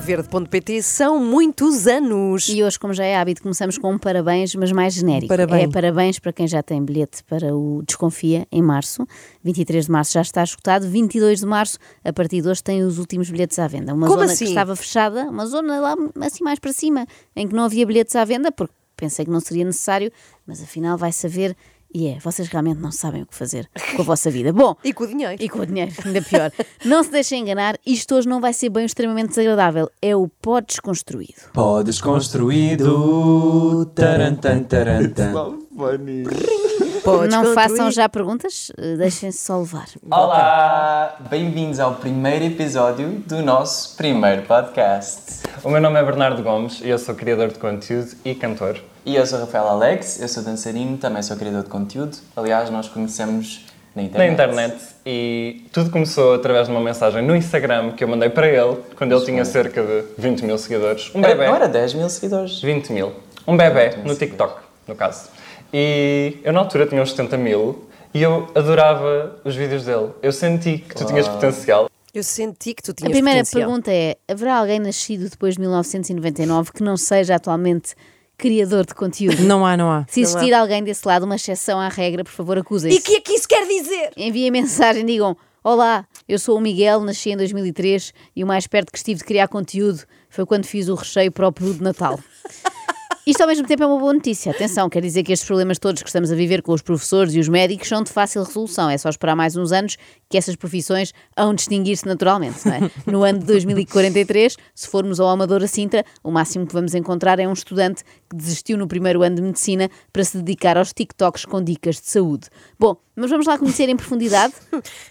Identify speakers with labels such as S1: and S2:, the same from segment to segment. S1: verde.pt são muitos anos.
S2: E hoje, como já é hábito, começamos com um parabéns, mas mais genérico.
S1: Parabéns.
S2: É parabéns para quem já tem bilhete para o Desconfia em março. 23 de março já está esgotado. 22 de março, a partir de hoje, tem os últimos bilhetes à venda. Uma
S1: Como
S2: zona
S1: assim?
S2: que estava fechada, uma zona lá assim mais para cima, em que não havia bilhetes à venda, porque pensei que não seria necessário, mas afinal vai saber. E é, vocês realmente não sabem o que fazer com a vossa vida. Bom,
S1: E com o dinheiro.
S2: e com o dinheiro, ainda pior. não se deixem enganar, isto hoje não vai ser bem o extremamente desagradável. É o pó desconstruído.
S3: Podes construído. Tarantan, tarantan.
S1: Podes
S2: não
S1: construir.
S2: façam já perguntas, eh, deixem-se só levar.
S4: Olá! Bem-vindos ao primeiro episódio do nosso primeiro podcast.
S5: O meu nome é Bernardo Gomes e eu sou criador de conteúdo e cantor.
S4: E eu sou Rafael Alex, eu sou dançarino, também sou criador de conteúdo. Aliás, nós conhecemos na
S5: Na
S4: internet.
S5: internet e tudo começou através de uma mensagem no Instagram que eu mandei para ele quando ele tinha cerca de 20 mil seguidores. Um
S4: Era-
S5: bebê.
S4: não era 10 mil seguidores?
S5: 20 mil. Um bebê
S4: 20 mil
S5: no TikTok, no caso. E eu na altura tinha uns 70 mil e eu adorava os vídeos dele. Eu senti que tu tinhas potencial.
S1: Eu senti que tu tinhas
S2: A primeira
S1: potencial.
S2: pergunta é: haverá alguém nascido depois de 1999 que não seja atualmente criador de conteúdo?
S6: Não há, não há.
S2: Se existir alguém desse lado, uma exceção à regra, por favor, acusem-se.
S1: E o que é que isso quer dizer?
S2: enviem mensagem, digam: Olá, eu sou o Miguel, nasci em 2003 e o mais perto que estive de criar conteúdo foi quando fiz o recheio para o peru de Natal. Isto ao mesmo tempo é uma boa notícia. Atenção, quer dizer que estes problemas todos que estamos a viver com os professores e os médicos são de fácil resolução. É só esperar mais uns anos que essas profissões hão de distinguir-se naturalmente. Não é? No ano de 2043, se formos ao Amadora Sintra, o máximo que vamos encontrar é um estudante que desistiu no primeiro ano de medicina para se dedicar aos TikToks com dicas de saúde. Bom, mas vamos lá conhecer em profundidade,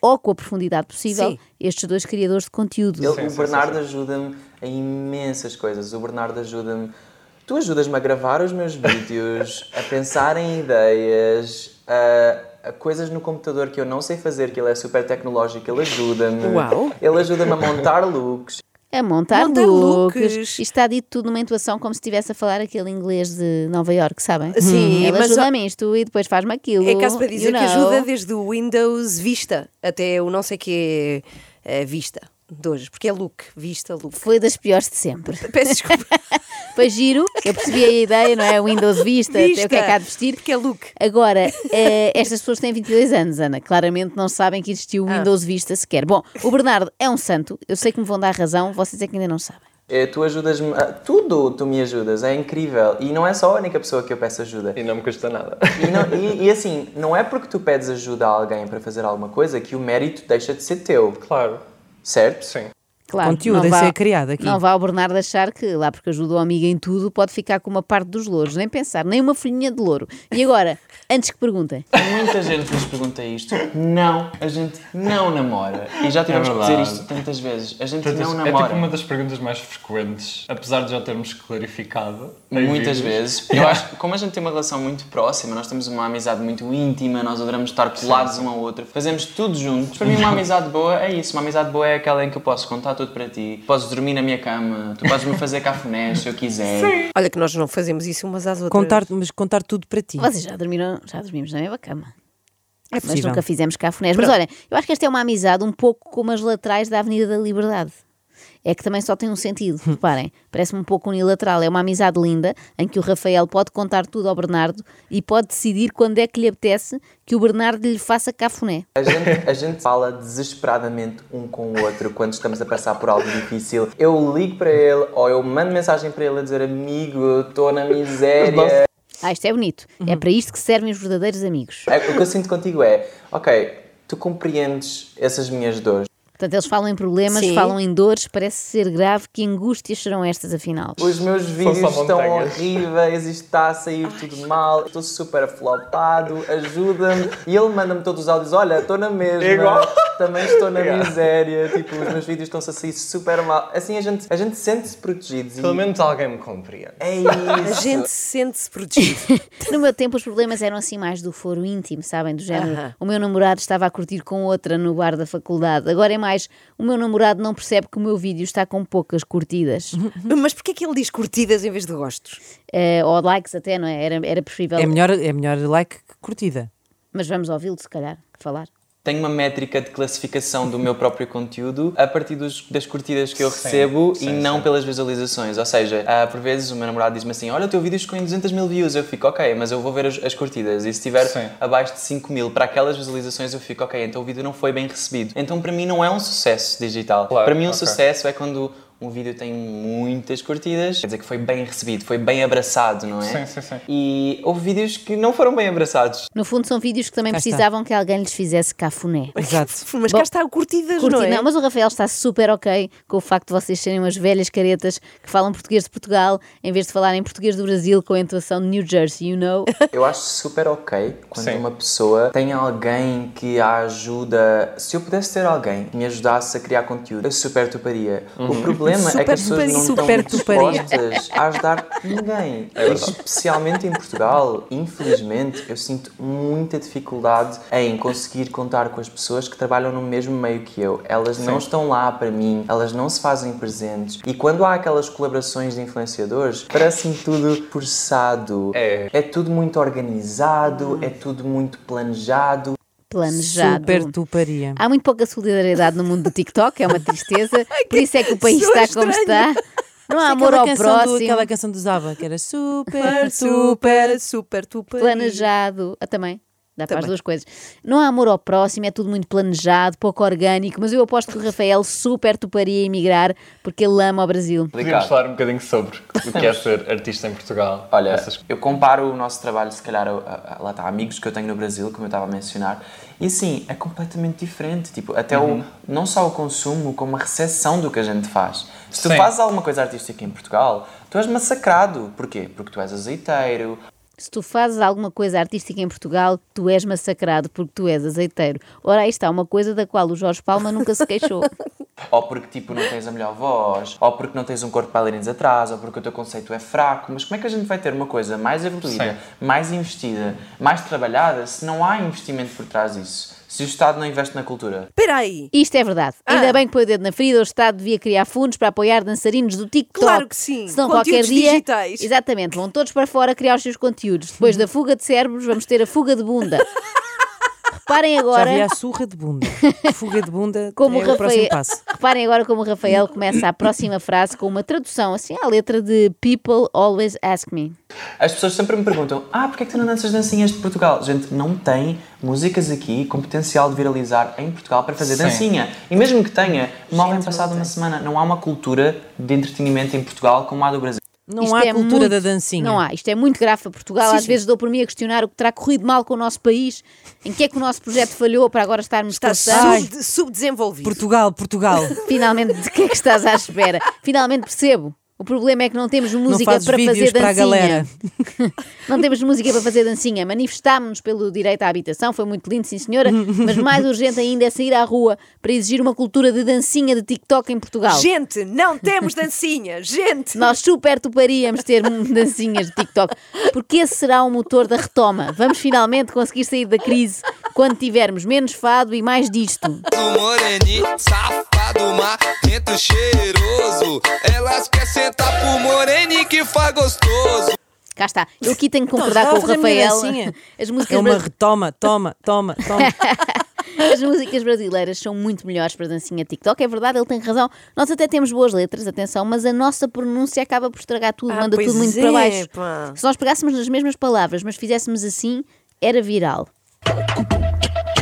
S2: ou com a profundidade possível,
S1: Sim.
S2: estes dois criadores de conteúdo.
S4: Ele- o Bernardo ajuda-me a imensas coisas. O Bernardo ajuda-me. Tu ajudas-me a gravar os meus vídeos, a pensar em ideias, a, a coisas no computador que eu não sei fazer, que ele é super tecnológico, ele ajuda-me.
S1: Uau.
S4: Ele ajuda-me a montar looks.
S2: A É montar,
S1: Montar
S2: looks.
S1: looks.
S2: Isto está dito tudo numa intuação como se estivesse a falar aquele inglês de Nova York, sabem?
S1: Sim,
S2: Ela
S1: mas-
S2: ajuda-me isto e depois faz-me aquilo.
S1: É caso para dizer
S2: you
S1: que
S2: know.
S1: ajuda desde o Windows Vista até o não sei que é Vista de hoje, porque é look, Vista, look.
S2: Foi das piores de sempre.
S1: Peço desculpa.
S2: Foi giro, eu percebi a ideia, não é? Windows Vista, até o que é que há de vestir.
S1: Porque é look.
S2: Agora, eh, estas pessoas têm 22 anos, Ana. Claramente não sabem que existiu
S1: Ah.
S2: o Windows Vista sequer. Bom, o Bernardo é um santo. Eu sei que me vão dar razão, vocês é que ainda não sabem.
S4: Eh, Tu ajudas-me a tudo, tu me ajudas, é incrível. E não é só a única pessoa que eu peço ajuda.
S5: E não me custa nada.
S4: E, não- e- e assim, não é porque tu pedes ajuda a alguém para fazer alguma coisa que o mérito deixa de ser teu,
S5: Claro,
S4: certo?
S5: sim.
S2: Claro,
S6: Conteúdo
S2: não
S6: a
S2: vá-
S6: ser criado aqui.
S2: Não vá o Bernardo achar que lá porque ajudou a amiga em tudo pode ficar com uma parte dos louros, nem pensar, nem uma folhinha de louro. E agora, antes que perguntem,
S4: Muita gente nos pergunta isto. Não, a gente não namora. E já tivemos
S5: É
S4: que dizer
S5: verdade.
S4: isto tantas vezes. A gente não
S5: é
S4: namora.
S5: tipo uma das perguntas mais frequentes, apesar de já termos clarificado. em
S4: Muitas
S5: vídeos.
S4: vezes. Eu acho que como a gente tem uma relação muito próxima, nós temos uma amizade muito íntima, nós adoramos estar colados um ao outro, fazemos tudo juntos. Para mim, uma amizade boa é isso. Uma amizade boa é aquela em que eu posso contar tudo para ti, posso dormir na minha cama, tu podes me fazer cafunés se eu quiser.
S1: Olha que nós não fazemos isso umas às outras.
S6: Contar, mas contar tudo para ti.
S2: vocês já dormiram, já dormimos na mesma cama.
S6: É
S2: Mas
S6: possível.
S2: nunca fizemos cafunés. Mas olha, eu acho que esta é uma amizade um pouco como as laterais da Avenida da Liberdade. É que também só tem um sentido, reparem. Parece-me um pouco unilateral. É uma amizade linda em que o Rafael pode contar tudo ao Bernardo e pode decidir quando é que lhe apetece que o Bernardo lhe faça cafuné.
S4: A gente, a gente fala desesperadamente um com o outro quando estamos a passar por algo difícil. Eu ligo para ele ou eu mando mensagem para ele a dizer amigo, eu estou na miséria.
S2: Ah, isto é bonito. É para isto que servem os verdadeiros amigos.
S4: É, O que eu sinto contigo é, ok, tu compreendes essas minhas dores.
S2: Portanto, eles falam em problemas,
S1: Sim.
S2: falam em dores, parece ser grave. Que angústias serão estas, afinal?
S4: Os meus vídeos
S5: só
S4: estão
S5: montanhas.
S4: horríveis, isto está a sair tudo mal, estou super flopado, ajuda-me. E ele manda-me todos os áudios, olha, estou na mesma,
S5: É Igual.
S4: também estou na
S5: Obrigado.
S4: miséria, tipo, os meus vídeos estão-se a sair super mal. Assim a gente, a gente sente-se protegidos. e-
S5: Pelo menos alguém me compreende.
S4: É isso.
S1: A gente sente-se protegido.
S2: No meu tempo, os problemas eram assim mais do foro íntimo, sabem? Do género.
S1: Aham.
S2: O meu namorado estava a curtir com outra no bar da faculdade. Agora é mais. O meu namorado não percebe que o meu vídeo está com poucas curtidas.
S1: Mas porquê é que ele diz curtidas em vez de gostos?
S2: Eh, ou likes até, não é? Era, era preferível.
S6: É melhor, é melhor like que curtida.
S2: Mas vamos ouvi-lo, se calhar, que falar.
S4: tenho uma métrica de classificação do meu próprio conteúdo a partir dos- das curtidas que eu recebo e não pelas visualizações. Ou seja, ah, por vezes o meu namorado diz-me assim: Olha, o teu vídeo chegou em 200 mil views. Eu fico, ok, mas eu vou ver as, as curtidas. E se estiver
S5: Sim.
S4: abaixo de 5 mil para aquelas visualizações, eu fico, ok, então o vídeo não foi bem recebido. Então para mim não é um sucesso digital.
S5: Claro,
S4: para mim, um
S5: ok.
S4: sucesso é quando. Um vídeo tem muitas curtidas, quer dizer que foi bem recebido, foi bem abraçado, não é?
S5: Sim, sim, sim.
S4: E houve vídeos que não foram bem abraçados.
S2: No fundo, são vídeos que também
S6: Cá está.
S2: precisavam que alguém lhes fizesse cafuné.
S6: Exato.
S1: Mas cá está curtidas,
S2: Curti-
S1: não é?
S2: Não, mas o Rafael está super ok com o facto de vocês serem umas velhas caretas que falam português de Portugal em vez de falarem português do Brasil com a entoação de New Jersey, you know?
S4: Eu acho super ok quando
S5: Sim.
S4: uma pessoa tem alguém que a ajuda. Se eu pudesse ter alguém que me ajudasse a criar conteúdo, eu super tuparia. O problema é que
S6: Super
S4: as pessoas não estão
S6: tuparia. Super
S4: dispostas a ajudar ninguém. Especialmente em Portugal, infelizmente, eu sinto muita dificuldade em conseguir contar com as pessoas que trabalham no mesmo meio que eu. Elas não estão lá para mim, elas não se fazem presentes. E quando há aquelas colaborações de influenciadores, parece-me tudo forçado.
S5: É.
S4: É tudo muito organizado, é tudo muito planejado.
S2: Planejado.
S6: Super tuparia.
S2: Há muito pouca solidariedade no mundo do TikTok, é uma tristeza. Por isso é que o país
S1: Soa
S2: está como está.
S1: estranho.
S2: Não há
S6: Aquela
S2: amor ao
S6: é canção do-
S2: próximo.
S6: aquela canção do Zaba, que era super, super, super tuparia.
S2: planejado. Ah, também. Dá para as
S6: Também.
S2: duas coisas. Não há amor ao próximo, é tudo muito planejado, pouco orgânico, mas eu aposto que o Rafael super toparia emigrar porque ele ama o Brasil.
S5: Podíamos
S4: Ricardo.
S5: falar um bocadinho sobre o que é ser artista em Portugal.
S4: Olha,
S5: Essas-
S4: eu comparo o nosso trabalho, se calhar, a, a- lá está, amigos que eu tenho no Brasil, como eu estava a mencionar, e assim, é completamente diferente. Tipo, até
S5: Uhum.
S4: o, não só o consumo, como a recepção do que a gente faz. Se tu
S5: Sim.
S4: fazes alguma coisa artística em Portugal, tu és massacrado. Porquê? Porque tu és azeiteiro,
S2: Se tu fazes alguma coisa artística em Portugal, tu és massacrado porque tu és azeiteiro. Ora, aí está uma coisa da qual o Jorge Palma nunca se queixou.
S4: ou porque tipo não tens a melhor voz, ou porque não tens um corpo para bailarinos atrás, ou porque o teu conceito é fraco. Mas como é que a gente vai ter uma coisa mais evoluída,
S5: Sim.
S4: mais investida, mais trabalhada, se não há investimento por trás disso? Se o Estado não investe na cultura?
S1: Espera aí.
S2: Isto é verdade. Ainda bem que põe o dedo na ferida, o Estado devia criar fundos para apoiar dançarinos do TikTok.
S1: Claro que sim.
S2: Senão qualquer
S1: Conteúdos
S2: dia.
S1: digitais.
S2: Exatamente, vão todos para fora criar os seus conteúdos. Depois da fuga de cérebros, vamos ter a fuga de bunda. Reparem
S6: Já
S2: agora.
S6: havia a surra de bunda. Fuga de bunda
S2: Como
S6: é
S2: o
S6: o próximo
S2: Rafael,
S6: passo.
S2: reparem agora como o Rafael começa a próxima frase com uma tradução, assim à letra de People Always Ask Me.
S4: As pessoas sempre me perguntam: ah, porque é que tu não danças dancinhas de Portugal? Gente, não tem músicas aqui com potencial de viralizar em Portugal para fazer
S5: Sim.
S4: dancinha. E mesmo que tenha, morrem passado uma semana. Não há uma cultura de entretenimento em Portugal como há do Brasil.
S6: Não
S2: Isto
S6: há
S2: é
S6: cultura
S2: muito-
S6: da dancinha.
S2: Não há. Isto é muito grave para Portugal. Às vezes dou por mim a questionar o que terá corrido mal com o nosso país, em que é que o nosso projeto falhou para agora estarmos
S1: Está
S2: tão-
S1: sub- subdesenvolvido.
S6: Portugal, Portugal.
S2: Finalmente, de que é que estás à espera? Finalmente percebo. O problema é que não temos música
S6: fazes
S2: para fazer
S6: vídeos para a
S2: dancinha.
S6: galera.
S2: não temos música para fazer dancinha. Manifestámos-nos pelo direito à habitação, foi muito lindo, sim senhora, mas mais urgente ainda é sair à rua para exigir uma cultura de dancinha de TikTok em Portugal.
S1: Gente, não temos dancinha. Gente.
S2: Nós super toparíamos ter um dancinhas de TikTok, porque esse será o motor da retoma. Vamos finalmente conseguir sair da crise quando tivermos menos fado e mais disto.
S7: Do moreninho, safado, marrento, cheiroso. Elas querem sentar pro moreninho que faz gostoso.
S2: Cá está. Eu aqui tenho que
S6: Não,
S2: concordar
S6: Então, já
S2: com o
S6: vou fazer a minha
S2: Rafael.
S6: dancinha.
S2: As músicas
S6: É uma
S2: brasi-
S6: retoma, toma, toma, toma.
S2: As músicas brasileiras são muito melhores para dancinha TikTok, é verdade, ele tem razão. Nós até temos boas letras, atenção, mas a nossa pronúncia acaba por estragar tudo,
S1: Ah,
S2: manda
S1: pois
S2: tudo muito
S1: é,
S2: para baixo.
S1: pá.
S2: Se nós pegássemos nas mesmas palavras, mas fizéssemos assim, era viral.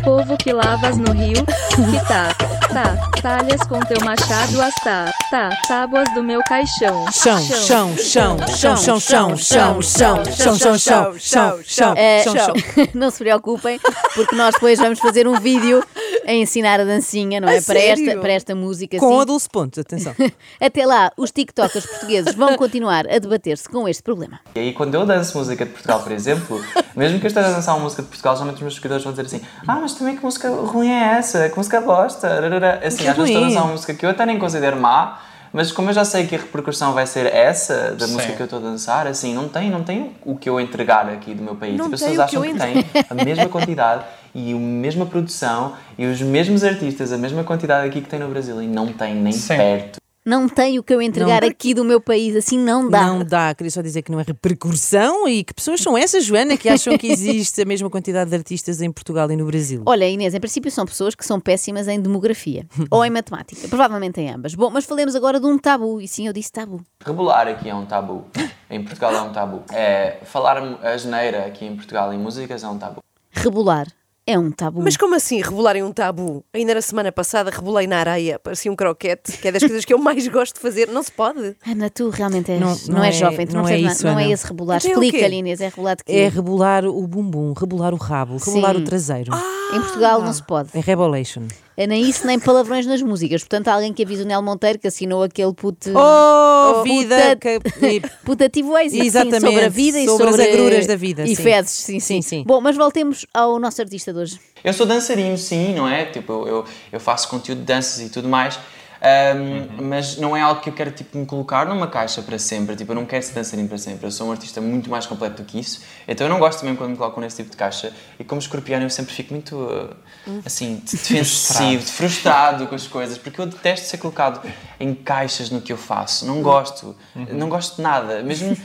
S8: Povo que lavas no rio, que tá, tá, talhas com teu machado as tá, tá, tábuas do meu caixão.
S6: Chão, chão, chão, chão, chão, chão, chão, chão, chão, chão, chão, chão, chão,
S2: Eh,
S6: chão, chão.
S2: não se preocupem, porque nós depois vamos fazer um vídeo a ensinar a dancinha, não é?
S1: A
S2: Para esta,
S1: sério?
S2: para esta música.
S6: Com
S2: sim.
S6: a Dulce Pontes, atenção.
S2: Até lá, os TikTokers portugueses vão continuar a debater-se com este problema.
S4: E aí, quando eu danço música de Portugal, por exemplo, mesmo que eu esteja a dançar uma música de Portugal, geralmente os meus seguidores vão dizer assim: Ah, mas também que música ruim é essa? Que música bosta? Rarara. Assim,
S6: Que
S4: às vezes estou a
S6: ruim.
S4: dançar uma música que eu até nem considero má, mas como eu já sei que a repercussão vai ser essa da música que eu estou a dançar, assim, não tem, não tem o que eu entregar aqui do meu país.
S1: Não
S4: As
S1: tem
S4: pessoas
S1: o
S4: acham
S1: que eu
S4: que têm a mesma quantidade e a mesma produção e os mesmos artistas, a mesma quantidade aqui que tem no Brasil e não tem nem
S5: Sim.
S4: perto.
S2: não tenho o que eu entregar
S6: dá.
S2: aqui do meu país, assim não dá.
S6: Não dá, queria só dizer que não é repercussão e que pessoas são essas, Joana, que acham que existe a mesma quantidade de artistas em Portugal e no Brasil.
S2: Olha, Inês, em princípio são pessoas que são péssimas em demografia ou em matemática, provavelmente em ambas. Bom, mas falemos agora de um tabu, e sim, eu disse tabu.
S4: Rebolar aqui é um tabu. Em Portugal é um tabu. É, falar a geneira aqui em Portugal em músicas é um tabu.
S2: Rebolar é um tabu.
S1: Mas como assim rebolarem um tabu? Ainda na semana passada rebolei na areia, parecia um croquete, que é das coisas que eu mais gosto de fazer. Não se pode.
S2: Ana, tu realmente és, não,
S6: Não- não
S2: é,
S6: é-
S2: jovem, tu não,
S6: não é
S2: percebes nada.
S6: isso,
S2: não é
S6: Ana.
S2: esse rebolar.
S1: Então é o quê?
S2: Explica-lhe, Inês, é rebolar de quê?
S6: É rebolar o bumbum, rebolar o rabo, rebolar
S2: Sim. Ah.
S6: o traseiro.
S2: Em Portugal não se pode.
S6: É rebolation.
S2: É nem isso, nem palavrões nas músicas. Portanto, há alguém que avisa o Nel Monteiro que assinou aquele put...
S6: Oh,
S2: vida
S6: vida!
S2: putativo ex,
S6: Exatamente,
S2: sobre a vida e sobre,
S6: sobre as agruras da vida,
S2: E
S6: sim.
S2: fezes, sim, sim.
S6: Sim, sim.
S2: Bom, mas voltemos ao nosso artista de hoje.
S4: Eu sou dançarino, sim, não é? Tipo, eu, eu, eu faço conteúdo de danças e tudo mais. ahm, Mas não é algo que eu quero tipo, me colocar numa caixa para sempre. Tipo, eu não quero ser dançarino para sempre. Eu sou um artista muito mais completo do que isso. Então eu não gosto mesmo quando me colocam nesse tipo de caixa. E como escorpião, eu sempre fico muito ah, assim, de- defensivo, de frustrado com as coisas. Porque eu detesto ser colocado em caixas no que eu faço. Não gosto. Não gosto de nada. Mesmo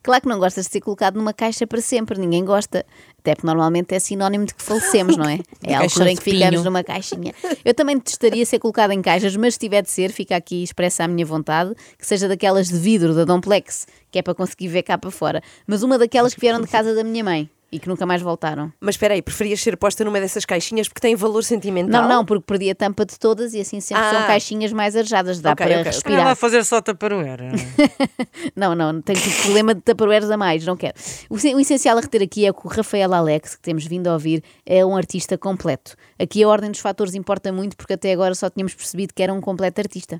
S2: Claro que não gostas de ser colocado numa caixa para sempre, ninguém gosta. Até porque normalmente é sinónimo de que falecemos, não é? É a
S6: Caixão
S2: altura em
S6: de
S2: que ficamos
S6: pinho.
S2: numa caixinha. Eu também detestaria ser colocado em caixas, mas se tiver de ser, fica aqui expressa a minha vontade, que seja daquelas de vidro, da Domplex, que é para conseguir ver cá para fora. Mas uma daquelas que vieram de casa da minha mãe e que nunca mais voltaram.
S1: Mas espera aí, preferias ser posta numa dessas caixinhas porque tem valor sentimental?
S2: Não, não, porque perdi a tampa de todas e assim sempre são
S1: Então? Ah.
S2: caixinhas mais arejadas, dá
S1: Ok,
S2: para
S1: ok, ok.
S2: respirar.
S6: fazer só taparoeira.
S2: Não, não, tenho tipo problema de taparoeiros a mais, não quero. O, sen- o essencial a reter aqui é que o Rafael Alex, que temos vindo a ouvir, é um artista completo. Aqui a ordem dos fatores importa muito, porque até agora só tínhamos percebido que era um completo artista.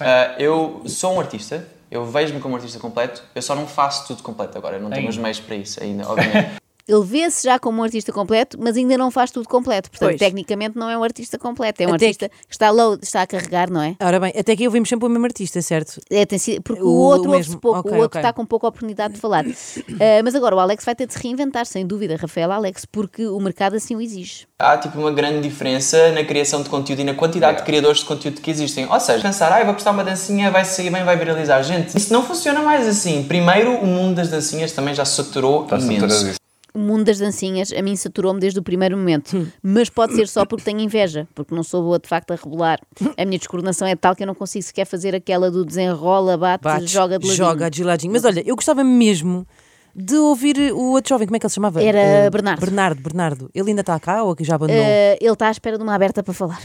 S4: Ah, eu sou um artista, eu vejo-me como um artista completo, eu só não faço tudo completo agora, eu não tenho os meios para isso ainda, obviamente.
S2: Ele vê-se já como um artista completo, mas ainda não faz tudo completo. Portanto,
S1: Pois.
S2: tecnicamente não é um artista completo, é um
S6: Até
S2: artista que está, low, está a carregar, não é?
S6: Ora bem, até aqui ouvimos sempre o mesmo artista, certo?
S2: É, tem sido- porque o,
S6: O- o
S2: outro ouve-se
S6: mesmo.
S2: pouco,
S6: Ok,
S2: o outro
S6: ok.
S2: está com pouca oportunidade de falar. Ah, mas agora o Alex vai ter de se reinventar, sem dúvida, Rafael Alex, porque o mercado assim o exige.
S4: Há tipo uma grande diferença na criação de conteúdo e na quantidade de criadores de conteúdo que existem. Ou seja, pensar, ah, eu vou postar uma dancinha, vai sair bem, vai viralizar. Gente, isso não funciona mais assim. Primeiro, o mundo das dancinhas também já saturou
S5: Está
S4: imenso.
S5: saturadíssimo.
S2: o mundo das dancinhas a mim saturou-me desde o primeiro momento. Mas pode ser só porque tenho inveja, porque não sou boa de facto a rebolar. A minha descoordenação é tal que eu não consigo sequer fazer aquela do desenrola, bate,
S6: Bates,
S2: joga de ladinho.
S6: joga de ladinho. Mas olha, eu gostava mesmo de ouvir o outro jovem, como é que ele se chamava?
S2: Era
S6: Eh,
S2: Bernardo.
S6: Bernardo, Bernardo. Ele ainda está cá ou é que já abandonou?
S2: Ah, ele está à espera de uma aberta para falar.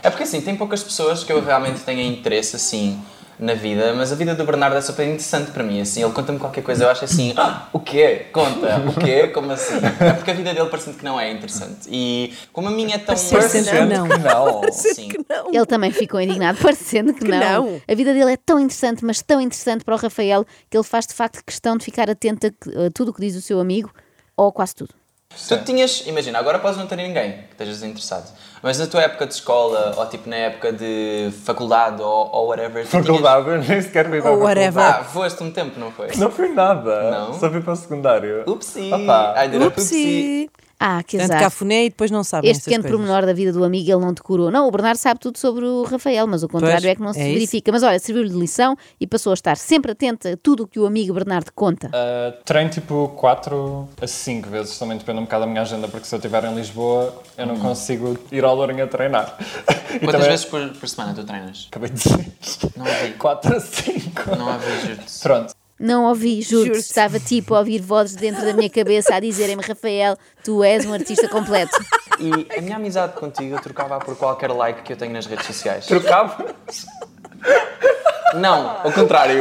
S4: É porque assim, tem poucas pessoas que eu realmente tenha interesse assim na vida, mas a vida do Bernardo é super interessante para mim, assim, ele conta-me qualquer coisa, eu acho assim, ah, o quê? Conta, o quê? Como assim? É porque a vida dele parece que não é interessante. E como a minha é tão
S6: Parecendo que não.
S5: Que não.
S4: Sim.
S1: Não.
S2: Ele também ficou indignado, parecendo que,
S1: Uh. Que não.
S2: A vida dele é tão interessante, mas tão interessante para o Rafael, que ele faz de facto questão de ficar atento a que- a tudo o que diz o seu amigo, ou quase tudo.
S4: Tu tinhas, imagina, agora podes não ter ninguém que estejas interessado, mas na tua época de escola, ou tipo na época de faculdade, ou, ou whatever, tu
S5: Faculdade, eu nem sequer fui para a
S6: Ou
S5: faculdade.
S6: whatever.
S4: Tinhas... Ah, foste um tempo, não foi?
S5: Não fui nada.
S4: Não?
S5: Só fui para o secundário.
S4: Upsi!
S5: Opa.
S4: Ai, dera- upsi.
S1: Upsi.
S2: Ah, que
S6: Tanto
S2: azar.
S6: cafuné e depois não sabem
S2: Este
S6: essas
S2: pequeno
S6: coisas.
S2: pormenor da vida do amigo ele não decorou. Não, o Bernardo sabe tudo sobre o Rafael, mas o contrário é que não se
S6: é isso.
S2: verifica. Mas olha, serviu-lhe de lição e passou a estar sempre atento a tudo o que o amigo Bernardo conta.
S5: Ah, treino tipo 4 a 5 vezes, também depende um bocado da minha agenda, porque se eu estiver em Lisboa, eu não consigo ir ao Lourinho a treinar. E
S4: Hum. Quantas
S5: também-
S4: vezes por, por semana tu treinas?
S5: Acabei de dizer.
S4: Não ouvi.
S5: 4 a 5.
S4: Não há vezes.
S5: Pronto.
S2: Não ouvi, juro.
S1: Juro-te.
S2: Estava tipo a ouvir vozes dentro da minha cabeça a dizerem-me: Rafael, tu és um artista completo.
S4: E a minha amizade contigo eu trocava por qualquer like que eu tenho nas redes sociais.
S5: Trocava.
S4: Não, ao contrário.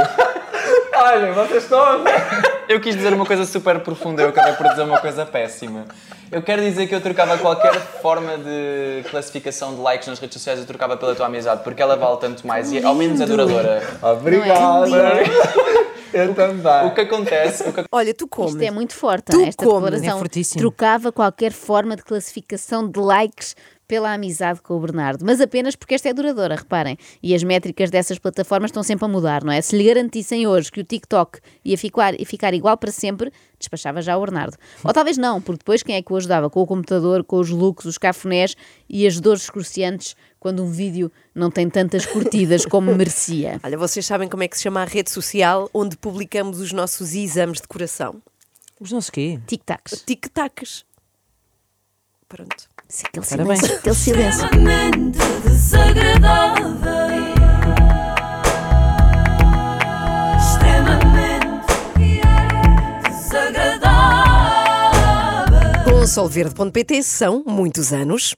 S5: Olha, vocês estão a ver.
S4: Eu quis dizer uma coisa super profunda, eu acabei por dizer uma coisa péssima. Eu quero dizer que eu trocava qualquer forma de classificação de likes nas redes sociais, eu trocava pela tua amizade, porque ela vale tanto mais e ao menos é duradoura.
S5: Obrigado. Eu
S4: O
S5: também.
S4: que acontece, o que
S1: Olha, tu comes.
S2: Isto é muito forte,
S6: Tu
S2: não é? esta
S6: como?
S2: declaração.
S6: É fortíssimo.
S2: Trocava qualquer forma de classificação de likes pela amizade com o Bernardo, mas apenas porque esta é duradoura, reparem. E as métricas dessas plataformas estão sempre a mudar, não é? Se lhe garantissem hoje que o TikTok ia ficar, ia ficar igual para sempre, despachava já o Bernardo. Ou talvez não, porque depois quem é que o ajudava? Com o computador, com os looks, os cafunés e as dores excruciantes quando um vídeo não tem tantas curtidas como merecia.
S1: Olha, vocês sabem como é que se chama a rede social onde publicamos os nossos exames de coração?
S6: Os não sei quê.
S2: Tic-tacs.
S1: Tic-tacs. Pronto.
S2: Sim, Aquele
S6: Parabéns.
S2: silêncio. Aquele silêncio.
S9: extremamente desagradável. Extremamente desagradável.
S1: Com solverde.pt são muitos anos.